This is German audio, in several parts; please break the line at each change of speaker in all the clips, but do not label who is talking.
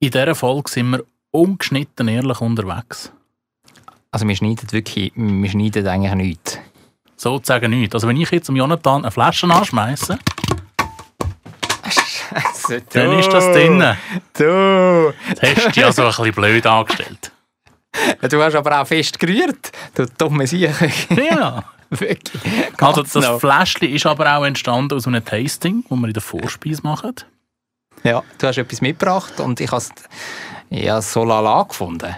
In dieser Folge sind wir ungeschnitten ehrlich unterwegs.
Also wir schneiden wirklich, wir schneiden eigentlich nichts.
Sozusagen nichts. Also wenn ich jetzt dem Jonathan eine Flasche anschmeiße,
Scheiße,
dann ist das drinnen.
Du,
Jetzt hast du dich also ein bisschen blöd angestellt.
du hast aber auch fest gerührt. Du dumme Sieche.
Ja.
Wirklich.
Also
Ganz
das
genau.
Fläschchen ist aber auch entstanden aus einem Tasting, das wir in der Vorspeise machen.
Ja, du hast etwas mitgebracht und ich habe es ja, so lala gefunden.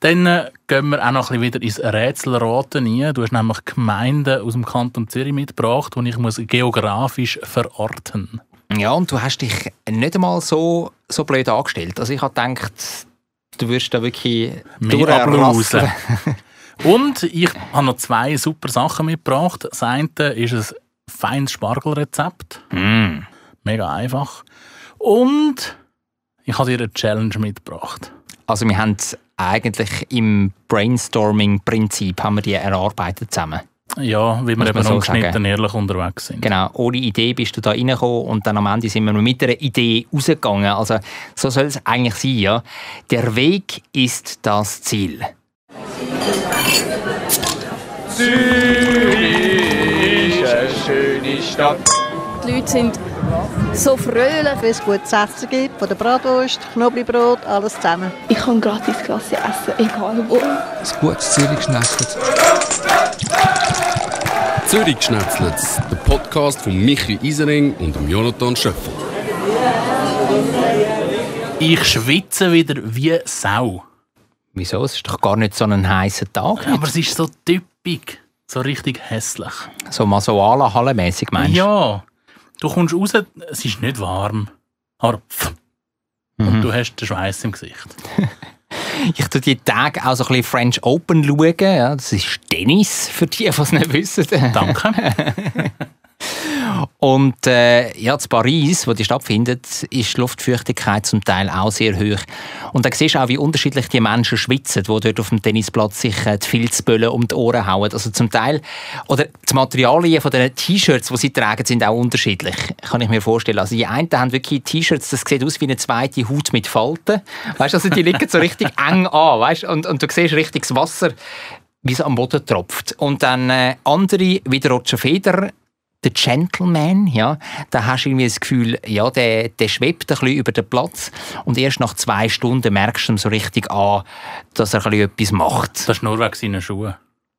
Dann äh, gehen wir auch noch ein bisschen wieder ins Rätselraten rein. Du hast nämlich Gemeinden aus dem Kanton Zürich mitgebracht, die ich muss geografisch verorten
Ja, und du hast dich nicht einmal so, so blöd angestellt. Also ich habe gedacht, du wirst da wirklich
Mich
durchrasseln.
ablausen. Und ich habe noch zwei super Sachen mitgebracht. Das eine ist ein feines Spargelrezept.
Mm.
Mega einfach. Und ich habe dir eine Challenge mitgebracht.
Also wir haben eigentlich im Brainstorming-Prinzip haben wir die erarbeitet zusammen.
Ja, wie wir
Muss
eben
man so
ungeschnitten
sagen.
ehrlich unterwegs sind.
Genau, ohne Idee bist du da reingekommen und dann am Ende sind wir mit einer Idee rausgegangen. Also so soll es eigentlich sein, ja. Der Weg ist das Ziel.
Die Leute sind so fröhlich.
Wenn es gutes Essen gibt, von der Bratwurst, Knoblauchbrot, alles zusammen.
Ich kann gratis Klasse essen, egal wo.
ein gutes Zürich geschnetzelt.
Zürich geschnetzelt. Der Podcast von Michi Isering und dem Jonathan Schöffel.
Ich schwitze wieder wie Sau.
Wieso? Es ist doch gar nicht so ein heißer Tag.
Aber es ist so typisch. So richtig hässlich.
So masoala hallenmäßig meinst du?
Ja, du kommst raus, es ist nicht warm. Aber pff, und
Mhm.
du hast den Schweiß im Gesicht.
Ich tue die Tage auch so ein bisschen French Open schauen. Ja, das ist Tennis, für die, die es nicht wissen.
Danke.
Und äh, ja, in Paris, wo die stattfindet, ist die Luftfeuchtigkeit zum Teil auch sehr hoch. Und da siehst du auch, wie unterschiedlich die Menschen schwitzen, die dort auf dem Tennisplatz sich äh, die Filzböllen um die Ohren hauen. Also zum Teil, oder die Materialien von den T-Shirts, die sie tragen, sind auch unterschiedlich, kann ich mir vorstellen. Also die einen haben wirklich T-Shirts, das sieht aus wie eine zweite Haut mit Falten. Weißt du, also die liegen so richtig eng an, weißt du, und, und du siehst richtig das Wasser, wie es am Boden tropft. Und dann äh, andere, wie der Roger Feder, der Gentleman, ja, da hast du irgendwie das Gefühl, ja, der, der schwebt ein bisschen über den Platz und erst nach zwei Stunden merkst du ihm so richtig an, dass er ein bisschen etwas macht.
Das ist nur wegen seinen Schuhen.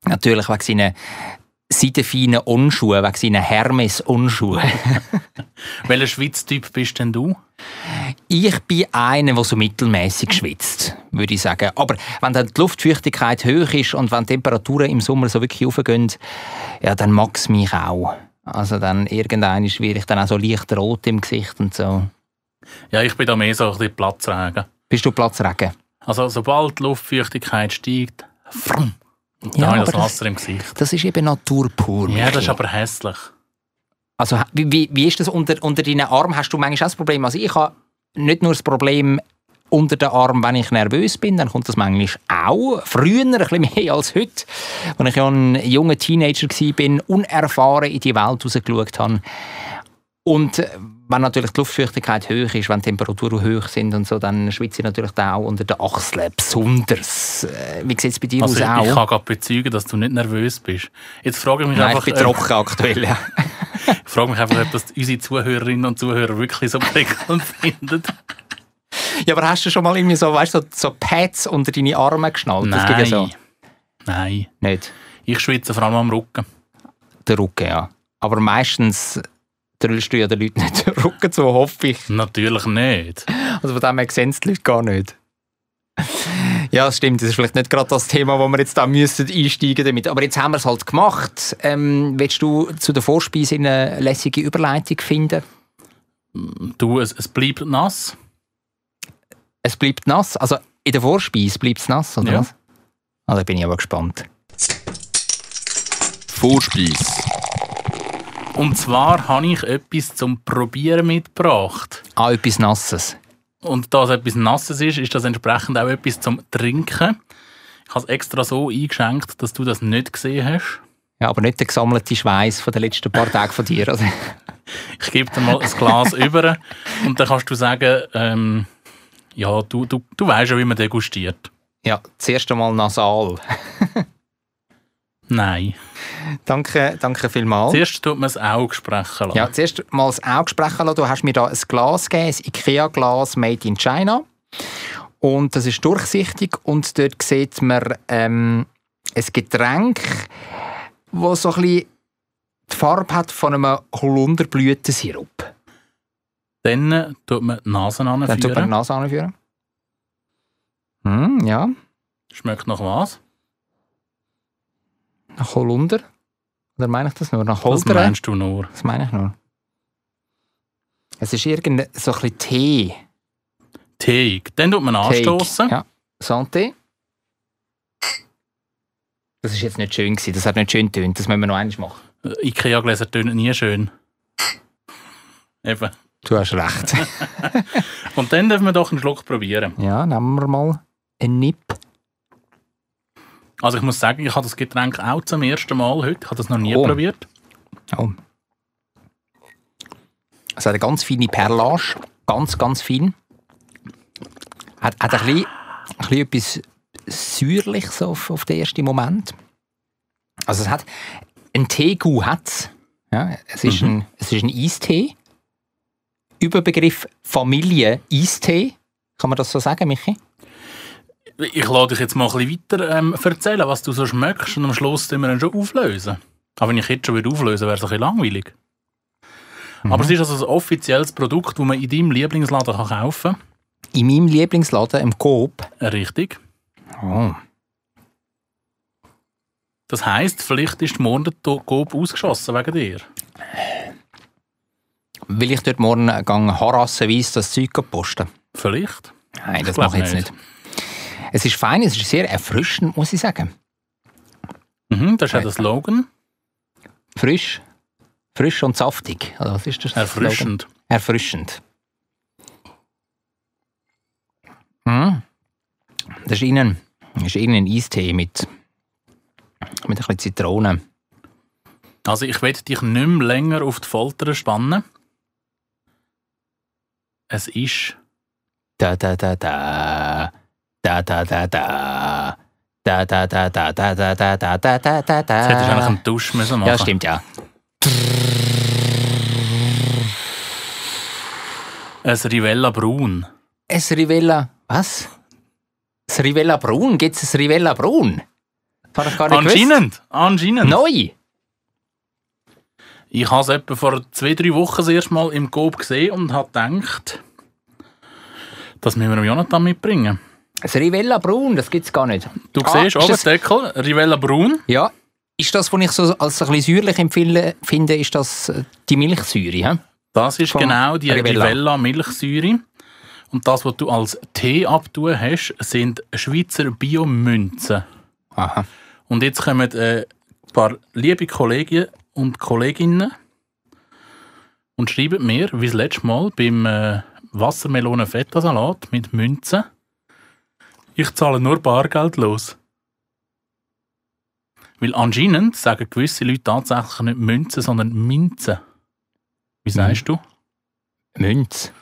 Natürlich wegen seinen seidenfeinen Unschuhe, wegen seinen Hermes-Unschuhe.
Welcher Schwitztyp bist denn du?
Ich bin einer, der so mittelmäßig schwitzt, würde ich sagen. Aber wenn dann die Luftfeuchtigkeit hoch ist und wenn die Temperaturen im Sommer so wirklich aufgehen, ja, dann mag es mich auch. Also dann irgendwann werde ich dann auch so leicht rot im Gesicht und so.
Ja, ich bin da mehr so ein bisschen Platzregen.
Bist du Platzregen?
Also, sobald die Luftfeuchtigkeit steigt, frumm, da habe ich
Ja, aber
das
das-
Wasser im Gesicht.
Das ist eben Natur pur.
Ja, das ist
Michi.
aber hässlich.
also, wie, wie, wie ist das unter, unter deinen Armen? Hast du manchmal auch das Problem? Also ich habe nicht nur das Problem unter den Arm, wenn ich nervös bin, dann kommt das manchmal auch. Früher ein bisschen mehr als heute. Als ich ja ein junger Teenager war, unerfahren in die Welt rausgeschaut habe. Und äh, wenn natürlich die Luftfeuchtigkeit hoch ist, wenn die Temperaturen hoch sind und so, dann schwitze ich natürlich dann auch unter den Achseln besonders. Äh, Wie sieht es bei dir
Also,
aus
ich,
auch?
ich kann gerade bezeugen, dass du nicht nervös bist. Jetzt frage ich mich
Nein, ich
einfach, äh,
bin
ob,
trocken aktuell. Ja.
ich frage mich einfach, ob das unsere Zuhörerinnen und Zuhörer wirklich so prickelnd finden.
Ja, aber hast du schon mal irgendwie so, weißt, so, so Pads unter deine Arme geschnallt? Das gibt ja so.
Nein.
Nicht.
Ich schwitze vor allem am Rücken.
Der Rücken, ja. Aber meistens drüllst du ja den Leuten nicht den Rücken zu, hoffe ich.
Natürlich nicht.
Also von dem her sehen es die Leute gar nicht. Ja, das stimmt. Das ist vielleicht nicht gerade das Thema, wo wir jetzt da müssen einsteigen damit. Aber jetzt haben wir es halt gemacht. Ähm, willst du zu der Vorspeise eine lässige Überleitung finden?
Du, es, es bleibt nass.
Es bleibt nass. Also in der Vorspeise bleibt es nass, oder
Ja.
was? Ah, da bin ich aber gespannt.
Vorspeis.
Und zwar habe ich etwas zum Probieren mitgebracht.
Ah, etwas Nasses.
Und da es etwas Nasses ist, ist das entsprechend auch etwas zum Trinken. Ich habe es extra so eingeschenkt, dass du das nicht gesehen hast.
Ja, aber nicht der gesammelte Schweiß von den letzten paar Tagen von dir. Also,
Ich gebe dir mal ein Glas über und dann kannst du sagen, ähm, Ja, du, du, du weißt ja, wie man degustiert.
Ja, zuerst einmal nasal.
Nein.
Danke, danke vielmals.
Zuerst tut man das Auge sprechen lassen.
Oh. Ja, zuerst mal das Auge sprechen lassen. Du hast mir da ein Glas gegeben, ein IKEA-Glas made in China. Und das ist durchsichtig und dort sieht man ähm, ein Getränk, das so ein bisschen die Farbe hat von einem Holunderblütensirup.
Dann tut man die Nase
Dann tut man die
anführen.
Nase anführen. Hm, ja,
Schmeckt nach was?
nach Holunder. Oder meine ich das nur? Nach
Was
Holder?
meinst du nur?
Das meine ich nur. Es ist irgendein so ein bisschen Tee.
Teig. Dann tut man anstoßen.
Take. Ja. Santé. Das ist jetzt nicht schön gewesen. Das hat nicht schön tönt. Das müssen wir noch eins machen.
Ikea-Gläser tönen nie schön. Eben.
Du hast recht.
Und dann dürfen wir doch einen Schluck probieren.
ja, nehmen wir mal einen Nip.
Also ich muss sagen, ich habe das Getränk auch zum ersten Mal heute. Ich habe das noch nie
Oh.
probiert.
Oh. Es hat eine ganz feine Perlage. Ganz, ganz fein. Hat, hat ein bisschen, ein bisschen etwas Säuerliches auf, auf den ersten Moment. Also es hat... Ein Teegu hat es. Ja, es, ist ein, es ist ein Eistee. Überbegriff Familie Eistee. Kann man das so sagen, Michi?
Ich lade dich jetzt mal ein bisschen weiter ähm, erzählen, was du so schmeckst und am Schluss tun wir ihn schon auflösen. Aber wenn ich jetzt schon wieder auflösen wäre es ein bisschen langweilig.
Mhm.
Aber es ist also ein offizielles Produkt, das man in deinem Lieblingsladen kann kaufen
In meinem Lieblingsladen, im Coop.
kann. Richtig.
Oh.
Das heisst, vielleicht ist morgen der Coop ausgeschossen wegen dir.
Will ich dort morgen äh, gang harassenweise das Zeug posten?
Vielleicht.
Nein, das
glaub
mache ich jetzt
nicht.
nicht. Es ist fein, es ist sehr erfrischend, muss ich sagen.
Mhm, das ist ja der Slogan.
Frisch, frisch und saftig. Also was ist das? Slogan?
Erfrischend.
Erfrischend. Mm. Das ist innen, das ist innen ein Eistee mit, mit ein bisschen Zitrone.
Also ich werde dich nicht mehr länger auf die Folter spannen. Es ist
Da da da da, da da da da, da da da da da da da da da da da
Jetzt hättest du eigentlich
da.
einen Dusch müssen machen.
Äh, Ja, stimmt ja.
Ein Rivella Braun.
Es Rivella. Was? Es Rivella Brun? Gibt es Rivella Brun? Das habe ich gar nicht
Anscheinend. Anscheinend.
gewusst. Neu?
Ich habe es etwa vor zwei, drei Wochen das erste Mal im Coop gesehen und habe gedacht, das müssen wir dem Jonathan mitbringen.
Es Rivella Brun, das gibt es gar nicht.
Du
Ah,
siehst
ist
oben
das-
Deckel, Rivella Braun.
Ja. Ist das, was ich so als ein bisschen säuerlich empfinde, finde, ist das äh, die Milchsäure? He?
Das ist
Vom
genau die
Rivella.
Rivella. Milchsäure. Und das, was du als Tee abtun hast, sind Schweizer Biomünzen.
Aha.
Und jetzt kommen äh, ein paar liebe Kollegen und Kolleginnen und schreiben mir, wie das letzte Mal beim äh, Wassermelonen-Feta-Salat mit Münzen, ich zahle nur Bargeld los. Weil anscheinend sagen gewisse Leute tatsächlich nicht Münzen, sondern Minzen. Wie sagst du?
Münz.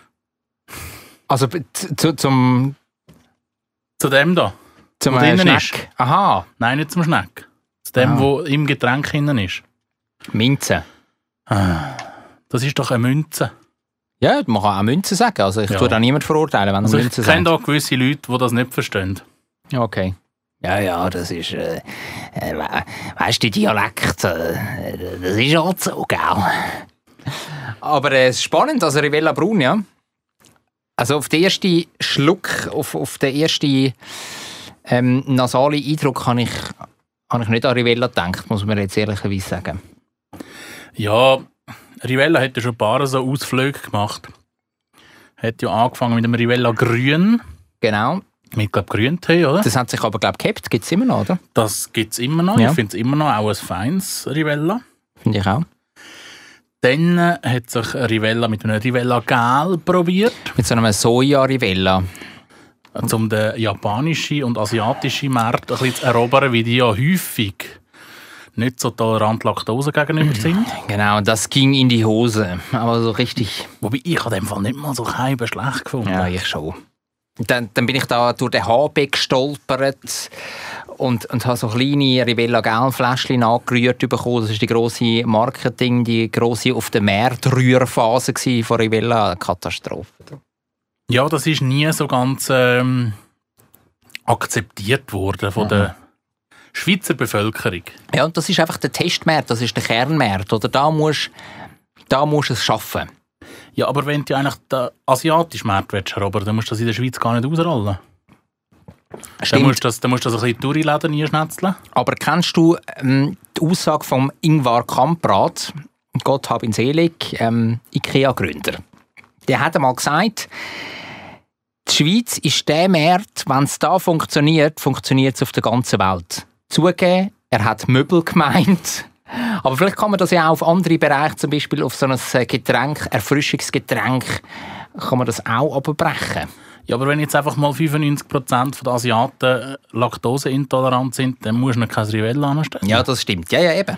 Also b- zu, zu, zum,
Zu dem da.
zum
Wo
äh,
drinnen ist.
Schneck. Aha,
Nein, nicht zum Schneck. Zu dem,
Ah.
wo im Getränk drinnen ist.
Minze.
Das ist doch eine Münze.
Ja, man kann auch Münze sagen. Also ich
Ja.
tue da niemanden verurteilen, wenn er
Also ich
Münze sagt.
kenne da gewisse Leute, die das nicht verstehen.
Okay. Ja, ja, das ist. Äh, äh, we- weißt du, Dialekt, äh, das ist halt so, gell? Aber äh, es ist spannend, also Rivella Brun, ja. Also auf den ersten Schluck, auf, auf den ersten ähm, nasalen Eindruck habe ich, habe ich nicht an Rivella gedacht, muss man jetzt ehrlicherweise sagen.
Ja, Rivella hat ja schon ein paar so Ausflüge gemacht. Hat ja angefangen mit dem Rivella Grün,
Genau.
mit glaub Grüntee, oder?
Das hat sich aber, glaube ich, gehabt. Gibt es immer noch, oder?
Das gibt's immer noch.
Ja.
Ich finde es immer noch auch ein feines Rivella.
Finde ich auch.
Dann äh, hat sich Rivella mit einem Rivella Gel probiert,
Mit so einem Soja-Rivella.
äh, um den japanischen und asiatischen Markt ein bisschen zu erobern, weil die ja häufig nicht so tolerant Laktose gegenüber sind.
Genau, das ging in die Hose. Aber so richtig.
Wobei ich an dem Fall nicht mal so keinen schlecht gefunden
Ja, ich schon. Dann, dann bin ich da durch den HB gestolpert und, und habe so kleine Rivella Gelfläschchen angerührt bekommen. Das ist die grosse Marketing, die grosse auf den Markt Rührphase gewesen von Rivella. Katastrophe.
Ja, das ist nie so ganz ähm, akzeptiert worden von der Schweizer Bevölkerung.
Ja, und das ist einfach der Testmarkt, das ist der Kernmarkt. Oder da musst da musst du es schaffen.
Ja, aber wenn du eigentlich den asiatischen Markt willst, Robert, dann musst du das in der Schweiz gar nicht ausrollen. Dann musst, du das, dann musst du das ein bisschen durch die Läden einschnetzeln.
Aber kennst du ähm, die Aussage von Ingvar Kamprad, Gott hab ihn selig, ähm, IKEA-Gründer? Der hat einmal gesagt, die Schweiz ist der Markt, wenn es da funktioniert, funktioniert es auf der ganzen Welt. Zugegeben, er hat Möbel gemeint. Aber vielleicht kann man das ja auch auf andere Bereiche, zum Beispiel auf so ein äh, Getränk, Erfrischungsgetränk, kann man das auch abbrechen.
Ja, aber wenn jetzt einfach mal 95% der Asiaten äh, laktoseintolerant sind, dann musst du noch kein Rivella anstellen.
Ja, das stimmt. Ja, ja, eben.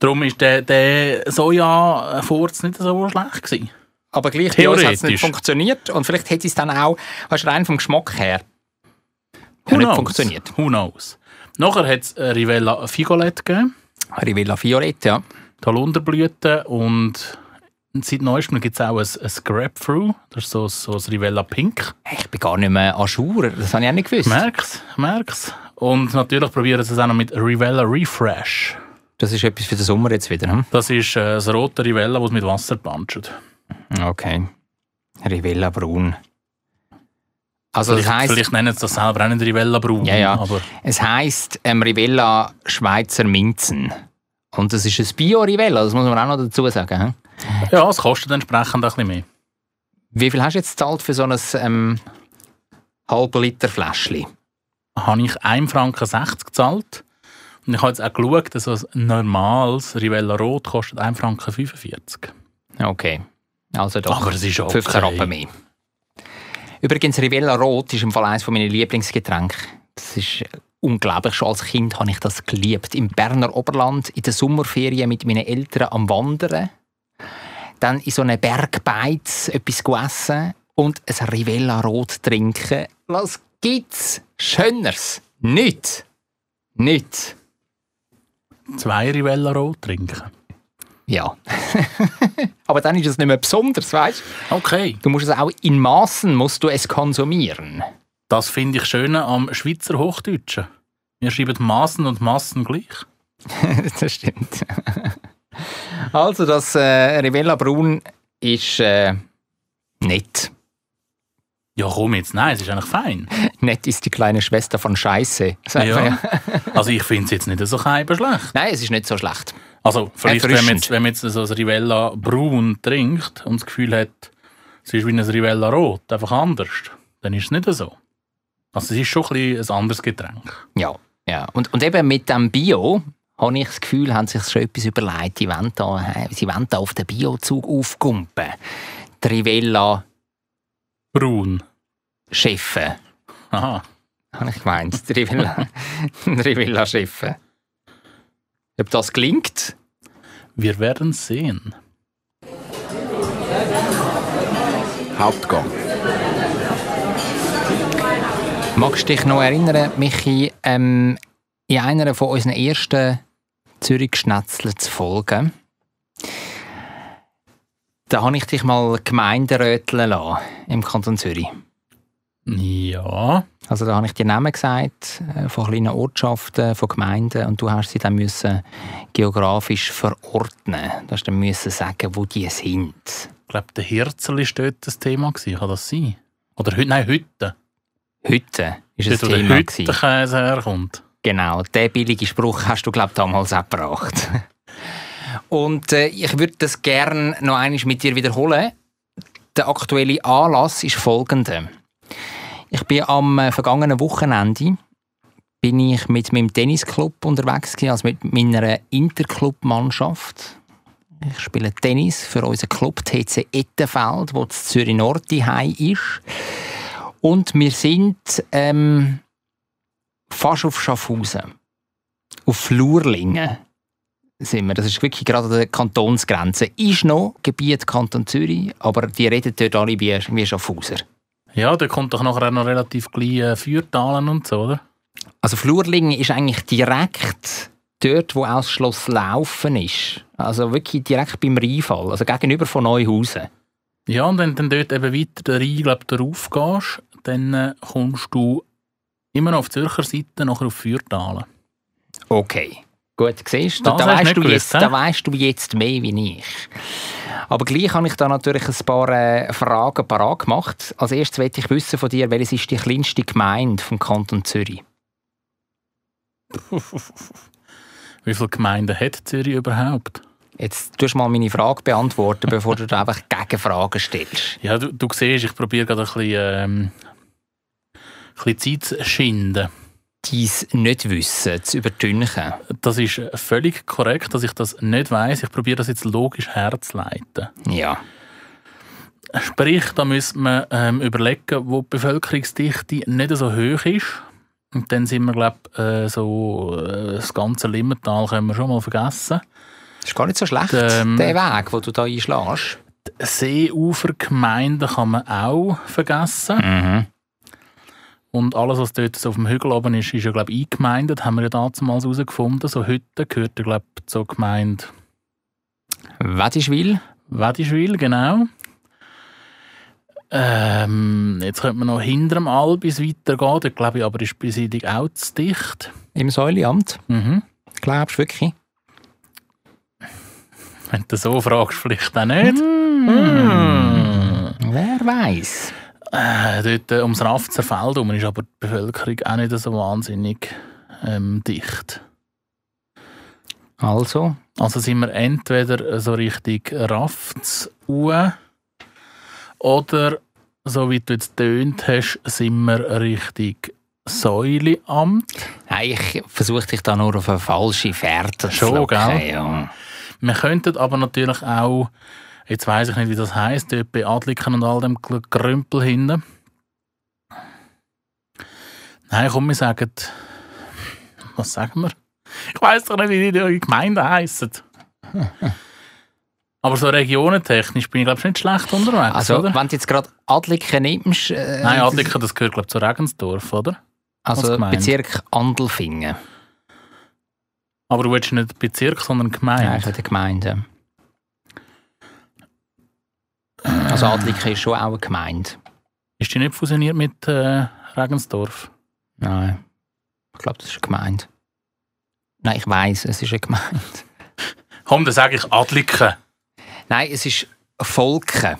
Darum ist der, der Soja-Furz nicht so schlecht gewesen.
Aber gleich bei uns hat es
Theoretisch.
nicht funktioniert und vielleicht hätte es dann auch, weißt du, rein vom Geschmack her,
Who
nicht
knows?
funktioniert.
Who knows? Nachher hat es Rivella Figolette gegeben,
Rivella Violette, ja.
die Holunderblüte und seit neuestem gibt es auch ein, ein Grapefruit, das ist so, so ein Rivella Pink.
Hey, Ich bin gar nicht mehr an Jour, das habe ich auch nicht gewusst.
Merk's, merk's. Und natürlich probieren sie es auch noch mit Rivella Refresh.
Das ist etwas für den Sommer jetzt wieder. Hm?
Das ist äh, das rote Rivella, das mit Wasser puncht.
Okay. Rivella Brun. Also das
vielleicht,
heisst,
vielleicht nennen sie das selber auch nicht Rivella Braun.
Ja, ja.
Aber
es heisst ähm, Rivella Schweizer Minzen. Und das ist ein Bio-Rivella, das muss man auch noch dazu sagen. Hm?
ja, es kostet entsprechend ein bisschen mehr.
Wie viel hast du jetzt gezahlt für so ein ähm, halben Liter Fläschchen?
habe ich 1,60 Franken gezahlt. Und ich habe jetzt auch geschaut, dass so ein normales Rivella Rot kostet 1,45 Franken.
Okay. Also doch.
Aber es ist okay.
15 Rappen mehr. Übrigens, Rivella Rot ist im Fall eines meiner Lieblingsgetränke. Das ist unglaublich. Schon als Kind habe ich das geliebt. Im Berner Oberland, in den Sommerferien mit meinen Eltern am Wandern. Dann in so einem Bergbeiz etwas gegessen und ein Rivella Rot trinken. Was gibt's Schöneres? Nichts. Nichts.
Zwei Rivella Rot trinken.
Ja. Aber dann ist es nicht mehr besonders, weißt du?
Okay.
Du musst es auch in Maßen musst du es konsumieren.
Das finde ich schön am Schweizer Hochdeutschen. Wir schreiben Massen und Massen gleich.
das stimmt. also das äh, Rivella Brun ist äh, nett.
Ja, komm jetzt, nein, es ist eigentlich fein.
Nett ist die kleine Schwester von Scheiße. sagt man
Ja. Also ich finde es jetzt nicht so keiber schlecht.
Nein, es ist nicht so schlecht.
Also vielleicht, wenn man,
Erfrischend.
jetzt, wenn man jetzt so ein Rivella Braun trinkt und das Gefühl hat, es ist wie ein Rivella Rot, einfach anders, dann ist es nicht so. Also es ist schon ein, bisschen ein anderes Getränk.
Ja, ja. Und, und eben mit dem Bio habe ich das Gefühl, haben sich schon etwas überlegt. Die wollen da, äh, sie wollen da auf den Biozug aufkumpen. Die Rivella
Braun.
Schiffe,
Aha.
habe ich gemeint. Die Rivella, die Rivella Schiffe. Ob das gelingt?
Wir werden sehen.
Hauptgang.
Magst du dich noch erinnern, Michi, ähm, in einer von unseren ersten Zürich-Schnetzler zu folgen? Da habe ich dich mal Gemeinderäteln lassen im Kanton Zürich.
Ja.
Also da habe ich dir Namen gesagt äh, von kleinen Ortschaften, von Gemeinden und du hast sie dann müssen geografisch verordnen. Du hast dann müssen sagen, wo die sind.
Ich glaube, der Hirzel war dort das Thema. Gewesen. Kann das sein? Oder heute? Nein, heute.
Hütte ist das
dort, wo
Thema.
der
gewesen.
Hüttenkäse herkommt.
Genau, den billigen Spruch hast du, glaube ich, damals auch gebracht. Und äh, ich würde das gerne noch einmal mit dir wiederholen. Der aktuelle Anlass ist folgender. Ich bin am äh, vergangenen Wochenende bin ich mit meinem Tennisclub unterwegs gewesen, also mit meiner Interclub-Mannschaft. Ich spiele Tennis für unseren Club TC Ettenfeld, wo das Zürich Nord daheim ist. Und wir sind ähm, fast auf Schaffhausen. Auf Flurlingen sind wir. Das ist wirklich gerade an der Kantonsgrenze. Ist noch Gebiet Kanton Zürich, aber die reden dort alle wie, wie Schaffhauser.
Ja, da kommt doch nachher auch noch relativ gleich äh, Feuertalen und so, oder?
Also Flurlingen ist eigentlich direkt dort, wo auch das Schloss Laufen ist. Also wirklich direkt beim Rheinfall, also gegenüber von Neuhausen.
Ja, und wenn du dann dort eben weiter den Rhein, glaub, drauf gehst, dann äh, kommst du immer noch auf die Zürcher Seite, nachher auf Feuertalen.
Okay. Gut, siehst du,
Das hast du
da weißt
nicht
du,
gewusst,
jetzt,
hä?
da weißt du jetzt mehr wie ich. Aber gleich habe ich da natürlich ein paar äh, Fragen parat gemacht. Als erstes möchte ich wissen von dir, welches ist die kleinste Gemeinde vom Kanton Zürich?
Wie viele Gemeinden hat Zürich überhaupt?
Jetzt tust du mal meine Frage beantworten, bevor du da einfach Gegenfragen stellst.
Ja, du, du siehst, ich probiere gerade ein bisschen, ähm, ein bisschen Zeit zu schinden.
Dies nicht wissen, zu übertünchen.
Das ist völlig korrekt, dass ich das nicht weiß. Ich probiere das jetzt logisch herzuleiten.
Ja.
Sprich, da müsste man ähm, überlegen, wo die Bevölkerungsdichte nicht so hoch ist. Und dann sind wir, glaube ich, äh, so äh, das ganze Limmental können wir schon mal vergessen.
Ist gar nicht so schlecht,
Ähm.
der Weg, den du da einschlägst.
Seeufergemeinden kann man auch vergessen.
Mhm.
Und alles, was dort so auf dem Hügel oben ist, ist ja, glaube ich, eingemeindet. Haben wir ja damals herausgefunden. So heute gehört ja, glaube ich, zur Gemeinde
Was ist will?
Wedischwil, genau. Ähm, jetzt könnte man noch hinter dem Albis weitergehen. Dort glaube ich aber, ist die Besiedlung auch zu dicht.
Im Säuleamt?
Mhm.
Glaubst du wirklich?
Wenn du so fragst, vielleicht auch nicht.
Wer weiß?
Äh, dort äh, ums Rafzer Feld herum ist aber die Bevölkerung auch nicht so wahnsinnig ähm, dicht.
Also,
Also sind wir entweder so richtig Rafts uhr oder, so wie du jetzt tönt hast, sind wir richtig Säuleamt.
Hey, ich versuche dich da nur auf eine falsche Fährte zu
Schon,
locken,
gell?
Ja.
Wir könnten aber natürlich auch, jetzt weiß ich nicht, wie das heißt, dort bei Adliken und all dem Gl- Grümpel hinten. Nein, komm, wir sagen. Was sagen wir? Ich weiß doch nicht, wie die Gemeinde heissen. Aber so regionentechnisch bin ich, glaube ich, nicht schlecht unterwegs,
Also,
oder?
wenn du jetzt gerade Adliken nimmst, äh,
Nein, Adliken, das gehört, glaube ich, zu Regensdorf, oder? als
also
Gemeinde.
Bezirk Andelfingen,
Aber du willst nicht Bezirk, sondern
eigentlich
Gemeinde.
in der Gemeinde. Also Adliken ist schon auch eine Gemeinde.
Ist die nicht fusioniert mit äh, Regensdorf?
Nein, ich glaube, das ist eine Gemeinde. Nein, ich weiß, es ist eine Gemeinde.
Komm, dann sage ich Adliken.
Nein, es ist Volken.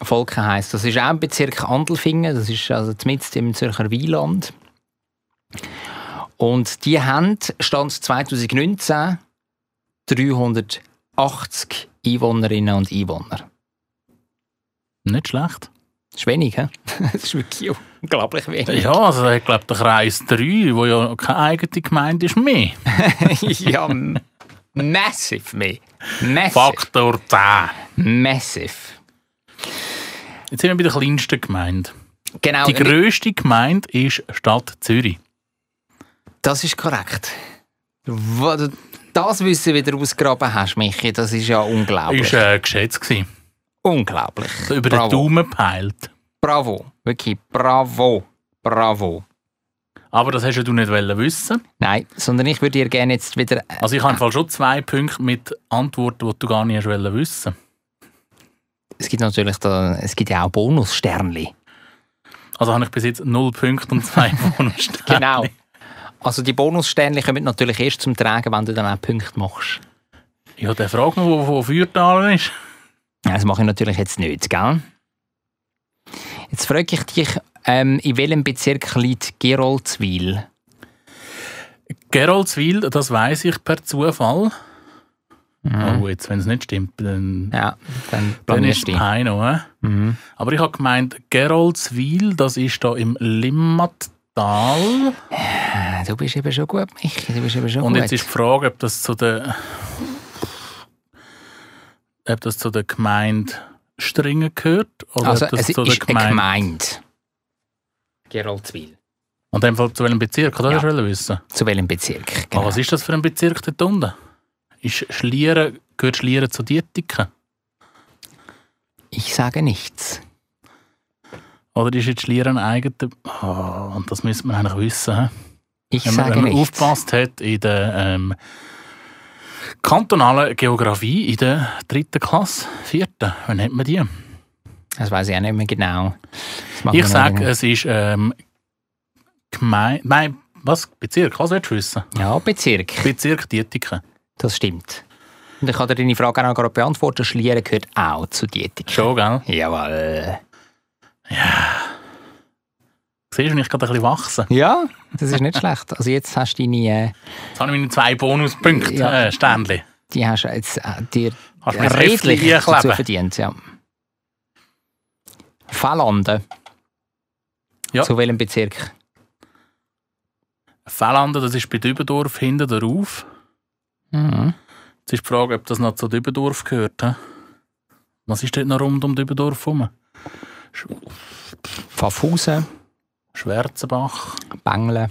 Volken heisst, das ist auch im Bezirk Andelfingen, das ist also mitten im Zürcher Wieland. Und die haben, Stand 2019, 380 Einwohnerinnen und Einwohner.
Nicht schlecht.
Das ist wenig, hä? Das ist wirklich unglaublich wenig.
Ja, also ich glaube, der Kreis 3, wo ja keine eigene Gemeinde ist, mehr.
ja m- massive mehr. Massive.
Faktor 10.
Massive.
Jetzt sind wir bei der kleinsten Gemeinde.
Genau,
Die grösste Gemeinde ist Stadt Zürich.
Das ist korrekt. Wo du das Wissen wieder ausgraben hast, Michi, das ist ja unglaublich.
Ist äh, geschätzt gewesen.
unglaublich.
So über
Bravo.
den Daumen peilt.
Bravo. Wirklich, bravo. Bravo.
Aber das hast ja du nicht wollen wissen.
Nein, sondern ich würde dir gerne jetzt wieder...
Also ich habe im Fall schon zwei Punkte mit Antworten, die du gar nicht hast wollen wissen.
Es gibt natürlich da, es gibt ja auch Bonussternli.
Also habe ich bis jetzt 0 Punkte und 2 Bonussterne.
Genau. Also die Bonussternli kommen natürlich erst zum Tragen, wenn du dann auch Punkte machst.
Ja, dann frag mal, wo, wo Feuertalen ist.
Ja, Das mache ich natürlich jetzt nicht, gell? Jetzt frage ich dich, ähm, in welchem Bezirk liegt Geroldswil?
Geroldswil, das weiß ich per Zufall.
Mhm.
Oh, jetzt, wenn es nicht stimmt, dann
Ja, dann
Dann
Mhm.
ist
planierst
es
du.
Peino, hä? Aber ich habe gemeint, Geroldswil, das ist da im Limmattal.
Du bist eben schon gut, Michi. Du bist eben schon
Und
gut.
jetzt ist die Frage, ob das zu der ob das zu der Gemeinde Stringen gehört oder
also,
ob das
es ist
zu der
eine
Gemeinde.
Gemeinde. Geroldswil.
Und in dem Fall zu welchem Bezirk, oder?
Ja. Genau.
Ja. Ich will wissen.
Zu welchem Bezirk?
Aber was ist das für ein Bezirk dort unten? Ist Schlieren, gehört Schlieren zu Dietiken?
Ich sage nichts.
Oder ist jetzt Lieren eigen? Ah, und das müsste man eigentlich wissen. hä?
Ich
Wenn man,
sage
wenn man
nichts.
aufgepasst hat in der ähm, kantonalen Geografie in der dritten Klasse, vierten, wann hat man die?
Das weiß ich auch nicht mehr genau. Das macht
Ich
mir
sage,
noch-
es ist ähm, Gemeinde. Nein, was? Bezirk? Was willst du wissen?
Ja, Bezirk.
Bezirk Dietiken.
Das stimmt. Und ich kann dir deine Frage auch noch gerade beantworten. Schlieren gehört auch zu Diätik.
Schon, gell?
Jawohl.
Siehst du, ich gerade ein bisschen wachsen.
Ja, das ist nicht schlecht. Also jetzt hast du deine... Äh,
Jetzt habe ich meine zwei Bonuspunkte,
Ja.
äh, Ständli.
die hast du jetzt äh, dir
Hast du mir ein Redlich
redlich Also dazu
einkleben?
verdient. Ja. Fallande.
Ja.
Zu welchem Bezirk?
Fellanden, das ist bei Dübendorf hinten drauf.
Mhm.
Jetzt ist die Frage, ob das noch zu Dübendorf gehört. He? Was ist dort noch rund um Dübendorf rum? Sch
Pfaffhausen,
Schwarzenbach.
Bengle.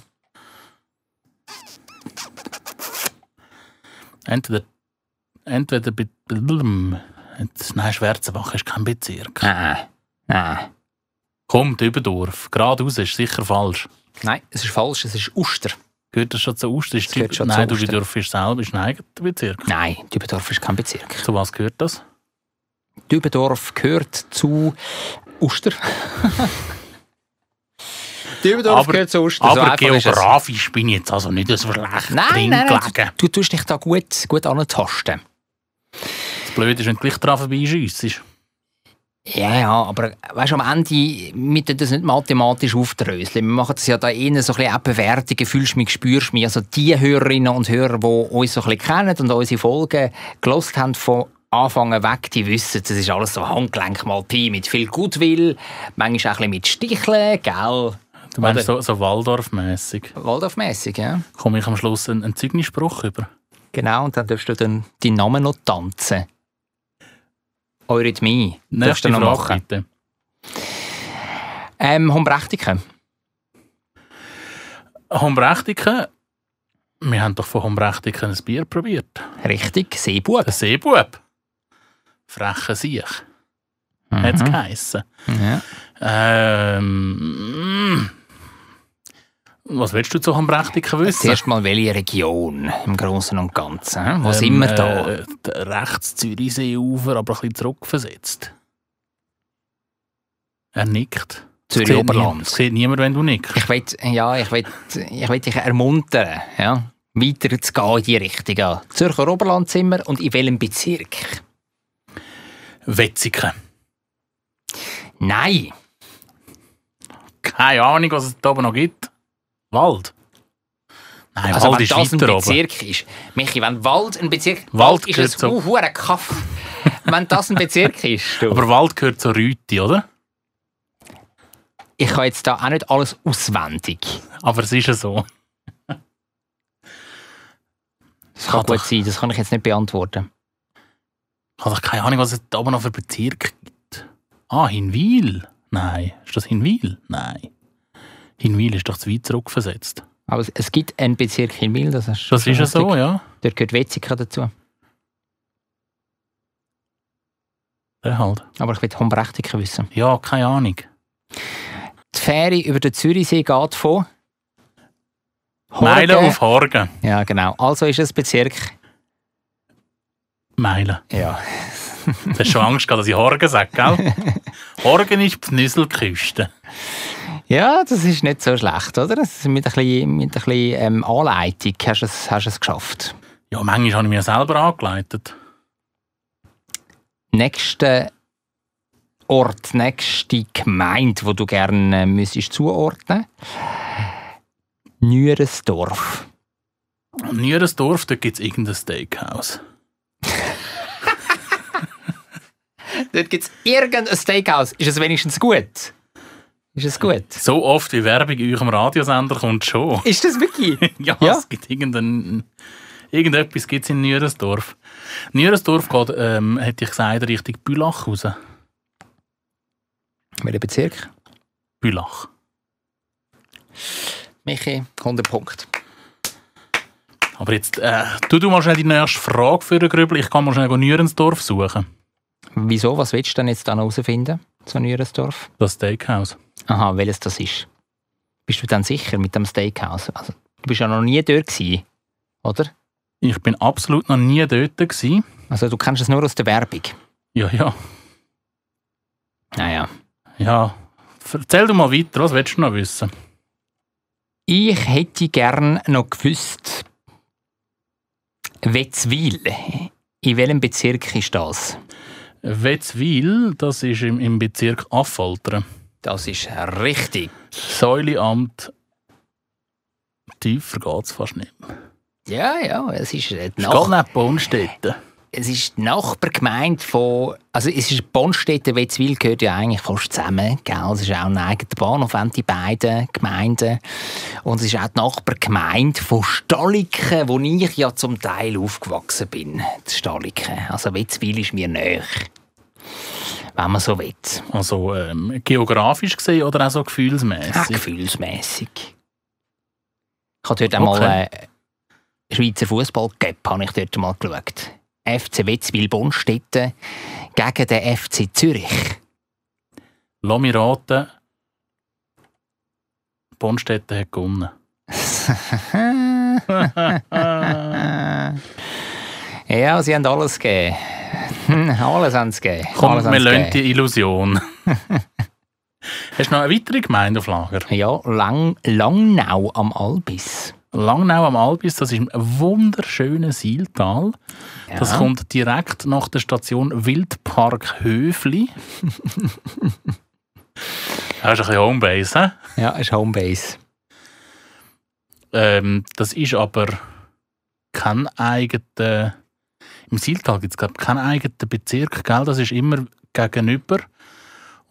Entweder, entweder bei. blum. Jetzt- Nein, Schwarzenbach ist kein Bezirk.
Nein. Nein.
Komm, Dübendorf. Geradeaus ist sicher falsch.
Nein, es ist falsch, es ist Uster.
Gehört das schon zu Oster? Ist
Das gehört
Düb-
schon zu
Nein,
Oster.
Dübendorf ist selber ist ein eigener Bezirk.
Nein, Dübendorf ist kein Bezirk.
Zu was gehört das?
Dübendorf gehört zu Uster. Dübendorf
Aber-
gehört zu Uster. so
Aber
einfach ist es.
geografisch bin ich jetzt also nicht so schlecht
Nein,
drin
nein, nein,
gelegen.
du, du tust dich da gut, gut antasten.
Das Blöde ist, wenn du gleich dran vorbeischießt.
Ja, ja, aber weißt, am Ende, wir tun das nicht mathematisch aufdröseln. Wir machen das ja da eher so ein bisschen auch Bewertungen, fühlst du mich, spürst du mich. Also die Hörerinnen und Hörer, die uns so ein bisschen kennen und unsere Folgen gelost haben von Anfang an weg, die wissen, das ist alles so Handgelenk mal Pi mit viel Gutwill, manchmal auch ein bisschen mit Sticheln, gell?
Du meinst so, so Waldorf-mässig.
Waldorfmässig, ja.
Komme ich am Schluss einen, einen Zeugnisspruch über?
Genau, und dann darfst du dann deinen Namen noch tanzen. Eurythmie. darfst
Nächste
du noch
Frage
machen.
bitte.
Ähm, Humbrechtiken.
Hombrechtiken. Wir haben doch von Hombrechtiken ein Bier probiert.
Richtig, Seebub.
Ein Seebub. Freche Siech. Hat
Mhm.
es geheissen.
Ja.
Ähm, mm. was willst du zu Hombrechtiken wissen?
Zuerst mal welche Region im Großen und Ganzen? hä? Wo sind wir da?
Äh, d- rechts Zürichseeufer, aber ein bisschen zurückversetzt. Er nickt. Das
Zürich
sieht
Oberland.
nie- Das sieht niemand, wenn du nickst.
Ich will, ja, ich will, ich will dich ermuntern, ja, weiter zu gehen in die Richtung. ja. Zürcher Oberland sind wir und in welchem Bezirk?
Wetzigen.
Nein,
Keine Ahnung, was es da oben noch gibt. Wald. Nein,
also
Wald
wenn
ist
das ein
weiter oben.
Bezirk ist. Michi, wenn Wald ein Bezirk
Wald
ist,
gehört
ist es
so.
ein hoher Kaff. wenn das ein Bezirk ist. Du.
Aber Wald gehört zu Rüti, oder?
ich kann jetzt da auch nicht alles auswendig.
Aber es ist ja so.
Das kann
Kann doch-
gut sein, das kann ich jetzt nicht beantworten.
Ich habe doch keine Ahnung, was es da oben noch für Bezirke gibt. Ah, Hinwil. Nein. Ist das Hinwil? Nein. Hinwil ist doch zu weit zurückversetzt.
Aber es, es gibt einen Bezirk in Mil, das ist
Das ist ja so, ja.
Dort gehört Wetzika dazu.
Der halt.
Aber ich will Hombrechtiken wissen.
Ja, keine Ahnung.
Die Fähre über den Zürichsee geht von Horgen.
Meilen auf Horgen.
Ja, genau. Also ist es Bezirk.
Meilen.
Ja.
Du hast schon Angst gehabt, dass ich Horgen sage, gell? Horgen ist Pnüsselküste.
Ja, das ist nicht so schlecht, oder? Das ist mit ein bisschen, mit ein bisschen ähm, Anleitung hast du es, hast du es geschafft.
Ja, manchmal habe ich mir selber angeleitet.
Nächster Ort, nächste Gemeinde, wo du gerne äh, müsstest zuordnen Nürensdorf.
Nüres Dorf, dort gibt es irgendein Steakhouse.
Dort gibt es irgendein Steakhouse. Ist es wenigstens gut? Ist es gut?
So oft wie Werbung in eurem Radiosender kommt schon.
Ist das wirklich?
Ja,
Ja.
es gibt irgendein, irgendetwas gibt's in Nüresdorf. Nüresdorf geht, ähm, hätte ich gesagt, Richtung Bülach raus.
Welcher Bezirk?
Bülach.
Michi, 100 Punkte.
Aber jetzt, äh, tu du mal schnell die nächste Frage für den Grübel. Ich kann mal schnell Nürensdorf suchen.
Wieso? Was willst du denn jetzt da noch herausfinden zu Nürensdorf?
Das Steakhouse.
Aha, welches das ist. Bist du dann sicher mit dem Steakhouse? Also, du bist ja noch nie dort gewesen, oder?
Ich bin absolut noch nie dort. Gewesen.
Also du kennst es nur aus der Werbung.
Ja, ja.
Naja.
Ja. Erzähl du mal weiter, was willst du noch wissen?
Ich hätte gern noch gewusst, Wetzwil, in welchem Bezirk ist das?
Wetzwil, das ist im, im Bezirk Affalter.
Das ist richtig.
Säuleamt. Tiefer geht es fast nicht.
Ja, ja, es ist äh, die
Es
Nach-
geht neben Bonstetten.
es ist die Nachbargemeinde von. Also, es ist Bonstetten, Wetzwil gehört ja eigentlich fast zusammen. Gell? Es ist auch ein eigener Bahnhof, haben die beiden Gemeinden. Und es ist auch die Nachbargemeinde von Staliken, wo ich ja zum Teil aufgewachsen bin. Die Staliken. Also, Wetzwil ist mir näher. Wenn man so will.
Also ähm, geografisch gesehen oder auch so
Auch
gefühlsmäßig.
gefühlsmässig. Ich habe dort
Okay.
einmal äh, Schweizer Fußball Cup habe ich dort mal geschaut. FC Wetzwil Bonstetten gegen den FC Zürich.
Lass mich raten. Bonstetten hat gewonnen.
Ja, sie haben alles gegeben. Hm, Alles haben sie gegeben.
Komm,
alles
wir
haben sie
lassen
gegeben.
die Illusion. Hast du noch eine weitere Gemeinde auf Lager?
Ja, Lang, Langnau am Albis.
Langnau am Albis, das ist ein wunderschönes Sieltal.
Ja.
Das kommt direkt nach der Station Wildpark Höfli. Hast ein bisschen Homebase, hä?
Ja, ist Homebase.
Ähm, das ist aber kein eigener. Im Sieltal gibt es, glaube ich, keinen eigenen Bezirk. Gell? Das ist immer gegenüber.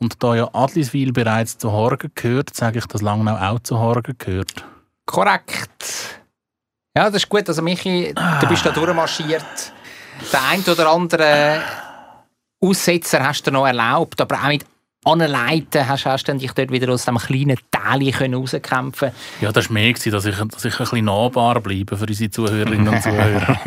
Und da ja Adliswil bereits zu Horgen gehört, sage ich, dass Langnau auch zu Horgen gehört.
Korrekt. Ja, das ist gut. Also, Michi, du bist da
Ah.
durchmarschiert. Den einen oder anderen Aussetzer hast du dir noch erlaubt, aber auch mit Anleiten hast, hast du dich dort wieder aus diesem kleinen Teil können rauskämpfen
Ja, das war mehr, gewesen, dass ich, dass ich ein bisschen nahbar bleibe für unsere Zuhörerinnen und Zuhörer.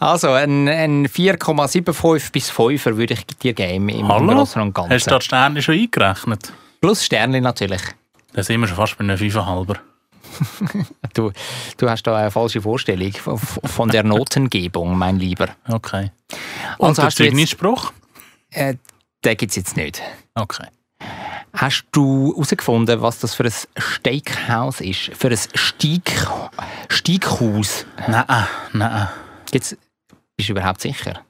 Also, ein, ein 4,75 bis 5 würde ich dir geben im
Hallo?
Großen und
Hast du
Ganzen.
da die Sterne schon eingerechnet?
Plus Sternli natürlich.
Dann sind wir schon fast bei einem 5,5.
Du, du hast da eine falsche Vorstellung von, von der Notengebung, mein Lieber.
Okay. Und
Also
der
hast du jetzt-
Zeugnisspruch?
Äh, den gibt es jetzt nicht.
Okay.
Hast du herausgefunden, was das für ein Steakhouse ist? Für ein Steak Steakhaus?
Nein, nein,
Jetzt bist du überhaupt sicher?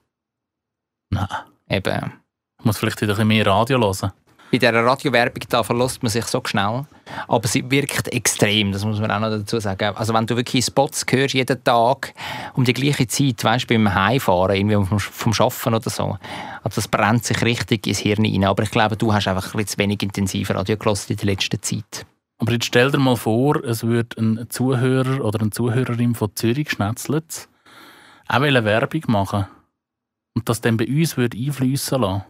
nein.
Eben.
Ich muss vielleicht wieder ein bisschen mehr Radio hören.
Bei dieser Radiowerbung da verlässt man sich so schnell. Aber sie wirkt extrem, das muss man auch noch dazu sagen. Also wenn du wirklich Spots hörst jeden Tag um die gleiche Zeit, weißt du, beim Heimfahren, irgendwie um vom, vom Schaffen oder so. Also das brennt sich richtig ins Hirn rein. Aber ich glaube, du hast einfach ein bisschen zu wenig intensiv Radio gehört in der letzten Zeit.
Aber jetzt stell dir mal vor, es würde ein Zuhörer oder eine Zuhörerin von Zürich schnetzelt, auch eine Werbung machen und das dann bei uns würde einfließen lassen.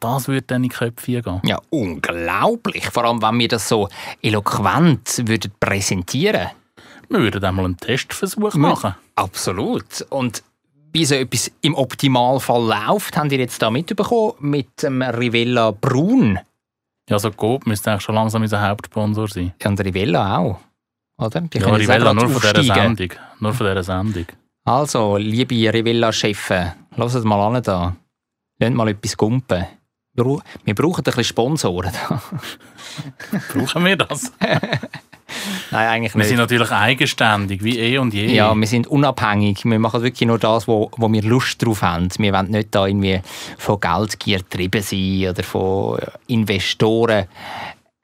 Das würde dann in die Köpfe gehen.
Ja, unglaublich. Vor allem, wenn wir das so eloquent würden präsentieren
Wir würden einmal einen Testversuch machen.
Absolut. Und wie so etwas im Optimalfall läuft, habt ihr jetzt da mitbekommen mit dem Rivella Brun.
Ja, so Coop müsste eigentlich schon langsam unser Hauptsponsor sein.
Ja, und Rivella auch. Oder? Die
Ja,
können jetzt auch
Rivella,
gerade
nur von dieser
aufsteigen.
Sendung. Nur von dieser Sendung.
Also, liebe Rivella-Chefen, lasst mal an da. Lasst mal etwas gumpen. Wir brau- wir brauchen ein bisschen Sponsoren. da.
Brauchen wir das?
Nein, eigentlich
Wir
nicht.
sind natürlich eigenständig, wie eh und je.
Ja, wir sind unabhängig. Wir machen wirklich nur das, wo, wo wir Lust drauf haben. Wir wollen nicht da irgendwie von Geldgier getrieben sein oder von äh, Investoren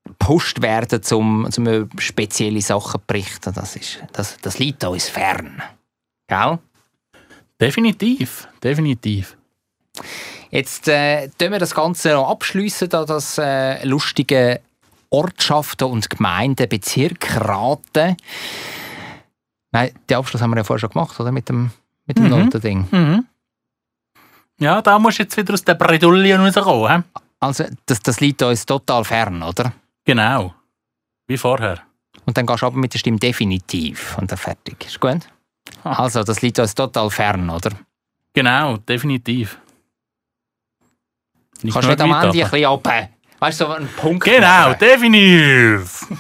gepusht werden, um, um über spezielle Sachen zu berichten. Das, ist, das, das liegt uns fern. Gell?
Definitiv, definitiv.
Jetzt äh, tun wir das Ganze noch abschliessen, da das äh, lustige Ortschaften und Gemeinden, Bezirk raten. Nein, den Abschluss haben wir ja vorher schon gemacht, oder? Mit dem, mit dem
Mhm.
Notending.
Ja, da musst du jetzt wieder aus der Bredouille rauskommen. hä?
Also, das, das liegt uns total fern, oder?
Genau. Wie vorher.
Und dann gehst du aber mit der Stimme definitiv und dann fertig. Ist gut? Also, das liegt uns total fern, oder?
Genau, definitiv.
Kannst du nicht am Ende ein bisschen ab. Weißt du, so einen Punkt.
Genau,
machen.
definitiv.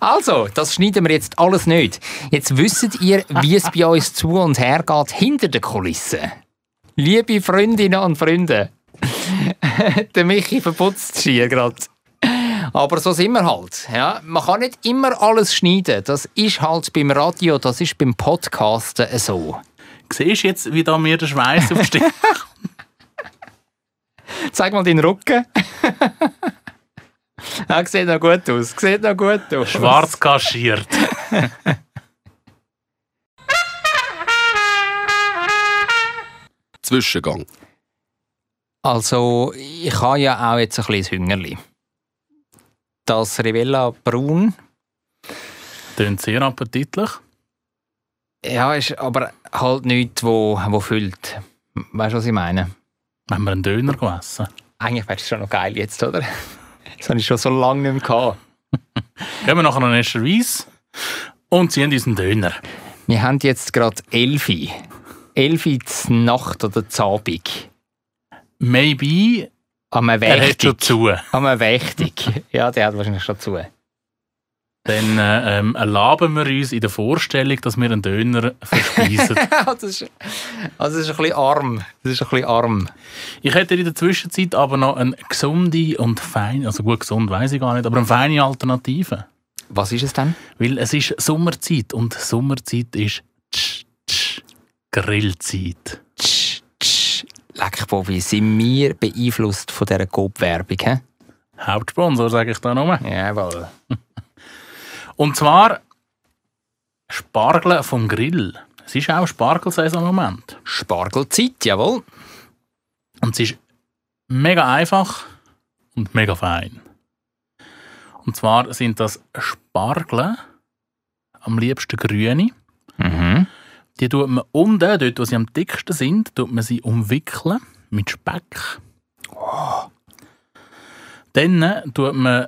Also, das schneiden wir jetzt alles nicht. Jetzt wisst ihr, wie es bei uns zu und her geht hinter den Kulissen. Liebe Freundinnen und Freunde, der Michi verputzt hier gerade. Aber so sind wir halt. Ja, man kann nicht immer alles schneiden. Das ist halt beim Radio, das ist beim Podcasten so.
Siehst du jetzt, wie da mir der Schweiß aufsteht?
Zeig mal deinen Rücken. ja, sieht noch gut aus. Sieht noch gut aus.
Schwarz kaschiert.
Zwischengang.
Also, ich habe ja auch jetzt ein kleines Hüngerli. Das Rivella Braun,
Tönt sehr appetitlich.
ja, ist aber halt nichts, wo, wo füllt. Weißt du, was ich meine?
Haben wir einen Döner gegessen?
Eigentlich wäre es schon noch geil jetzt, oder? Das habe ich schon so lange nicht mehr gehabt.
Gehen wir nachher noch einen Escher Weiss und ziehen uns einen Döner.
Wir haben jetzt gerade Elfi. Elfi zur Nacht oder zur Abend.
Maybe,
Am
er hat schon
Wächtig.
zu.
Am Wächtig. Ja, der hat wahrscheinlich schon zu.
Dann äh, ähm, erlauben wir uns in der Vorstellung, dass wir einen Döner verspeisen.
das ist, also, das ist ein bisschen arm. Das ist ein bisschen arm.
ich hätte in der Zwischenzeit aber noch eine gesunde und feine, also gut gesund weiß ich gar nicht, aber eine feine Alternative.
Was ist es denn?
Weil es ist Sommerzeit und Sommerzeit ist tsch, tsch, Grillzeit.
Tsch, tsch. Leck, Bobby, sind wir beeinflusst von dieser Coop-Werbung? hä?
Hauptsponsor, sage ich da nochmal.
Jawohl.
Und zwar Spargel vom Grill. Es ist auch Spargelsaison im Moment.
Spargelzeit, jawohl.
Und es ist mega einfach und mega fein. Und zwar sind das Spargel, am liebsten grüne.
Mhm.
Die tut man unten, dort wo sie am dicksten sind, tut man sie umwickeln mit Speck. Dann tut man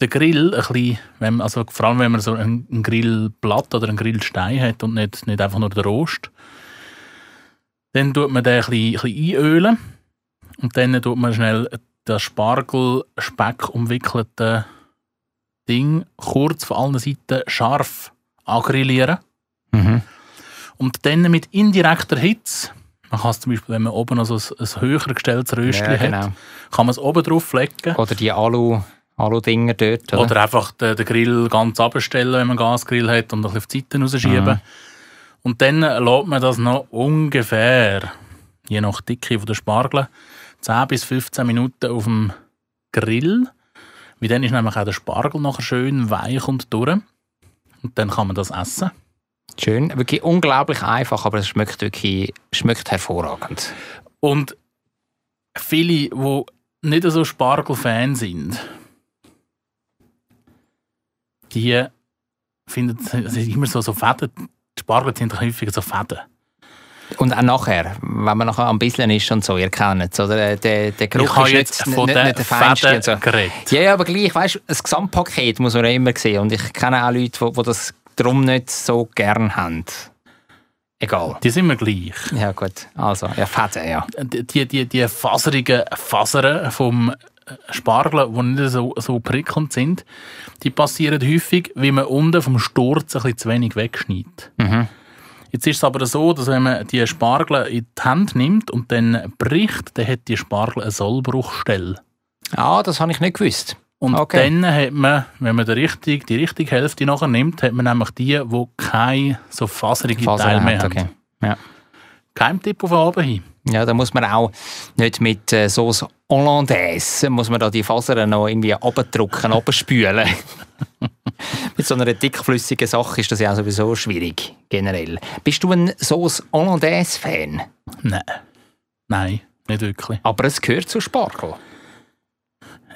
den Grill ein bisschen, wenn man, also vor allem wenn man so einen einen Grillblatt oder einen Grillstein hat und nicht, nicht einfach nur den Rost. Dann tut man den ein bisschen, ein bisschen einölen und dann tut man schnell das Spargel-Speck umwickelte Ding kurz von allen Seiten scharf angrillieren.
Mhm.
Und dann mit indirekter Hitze, man kann es zum Beispiel, wenn man oben noch so ein, ein höher gestelltes Röstchen
Ja, genau.
hat, kann man es oben drauf legen.
Oder die Alu, Alu-Dinger dort. Oder?
Oder einfach den, den Grill ganz abstellen, wenn man einen Gasgrill hat, und ein bisschen auf die Seite rausschieben. Und dann lässt man das noch ungefähr, je nach Dicke von der Spargel, 10 bis 15 Minuten auf dem Grill. Weil dann ist nämlich auch der Spargel nachher schön weich und durch. Und dann kann man das essen.
Schön. Wirklich unglaublich einfach, aber es schmeckt wirklich schmeckt hervorragend.
Und viele, die nicht so Spargel-Fan sind, die finden es sind immer so, so Fäden. Die Spargel sind häufig so Fäden.
Und auch nachher, wenn man nachher am bisschen ist und so, ihr kennt es, oder? Der, der
ich
Geruch
habe
ist
jetzt
nicht,
von
nicht,
den
nicht der feinste. also.
Fäden
Und so.
geredet.
Ja, ja, aber gleich, weißt du, das Gesamtpaket muss man ja immer sehen. Und ich kenne auch Leute, die, die das drum nicht so gern haben. Egal.
Die sind wir gleich.
Ja, gut. Also, ja, Fäden, ja.
Die, die, die faserigen Fasern vom Spargel, die nicht so, so prickelnd sind, die passieren häufig, wenn man unten vom Sturz ein bisschen zu wenig wegschneidet.
Mhm.
Jetzt ist es aber so, dass wenn man die Spargel in die Hand nimmt und dann bricht, dann hat die Spargel eine Sollbruchstelle.
Ah, das habe ich nicht gewusst.
Und
Okay.
dann hat man, wenn man die richtige, die richtige Hälfte nachher nimmt, hat man nämlich die, die keine so faserige Teile
Fasern
mehr
hat,
haben.
okay. Ja.
Keimtipp auf oben hin.
ja, da muss man auch nicht mit äh, Sauce Hollandaise, muss man da die Fasern noch irgendwie abdrucken, abspülen. mit so einer dickflüssigen Sache ist das ja sowieso schwierig, generell. Bist du ein Sauce Hollandaise-Fan?
Nein. Nein, nicht wirklich.
Aber es gehört zu Spargel.